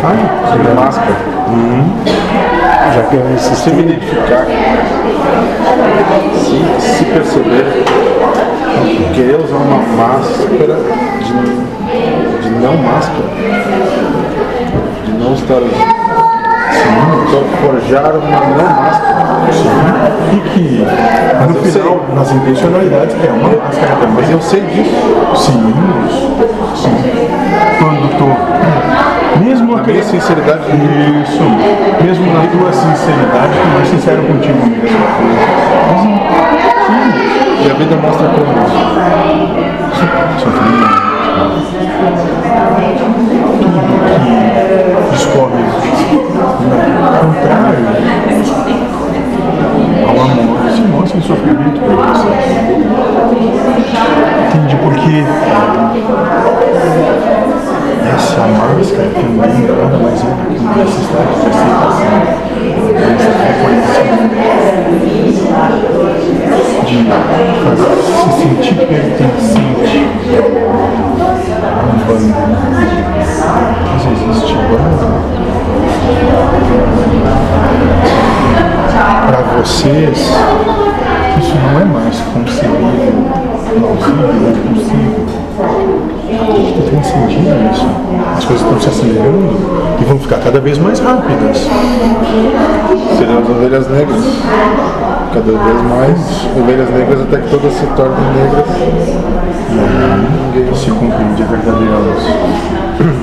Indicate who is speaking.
Speaker 1: faz?
Speaker 2: Sobre a máscara.
Speaker 1: Uhum. Já que é esse
Speaker 2: Se me
Speaker 1: sistema.
Speaker 2: identificar, se, se perceber, querer usar uma máscara de, de não máscara, de não estar. Então, forjar uma não máscara.
Speaker 1: E que,
Speaker 2: Mas eu
Speaker 1: no final,
Speaker 2: sei.
Speaker 1: nas intencionalidades, é uma máscara também.
Speaker 2: Mas eu sei disso.
Speaker 1: Sim, sim. Quando tô. Mesmo
Speaker 2: A minha
Speaker 1: aquele.
Speaker 2: sinceridade
Speaker 1: Isso. Mesmo na tua sinceridade, tu mais sincero contigo mesmo.
Speaker 2: e a vida mostra como isso.
Speaker 1: Sofrimento. Tudo que descobre na- contrário ao amor se mostra em sofrimento para você. Entende? Porque essa máscara também nada mais é do que uma necessidade de aceitação, de reconhecimento de fazer- se sentir pertencente a um bando. Mas existe bando para vocês. Isso não é mais concebível, plausível ou é possível. Você tem sentido isso? As coisas estão se acelerando e vão ficar cada vez mais rápidas.
Speaker 2: Seriam as ovelhas negras. Cada vez mais ovelhas negras até que todas se tornem negras.
Speaker 1: E aí, ninguém se compreende a verdadeira luz.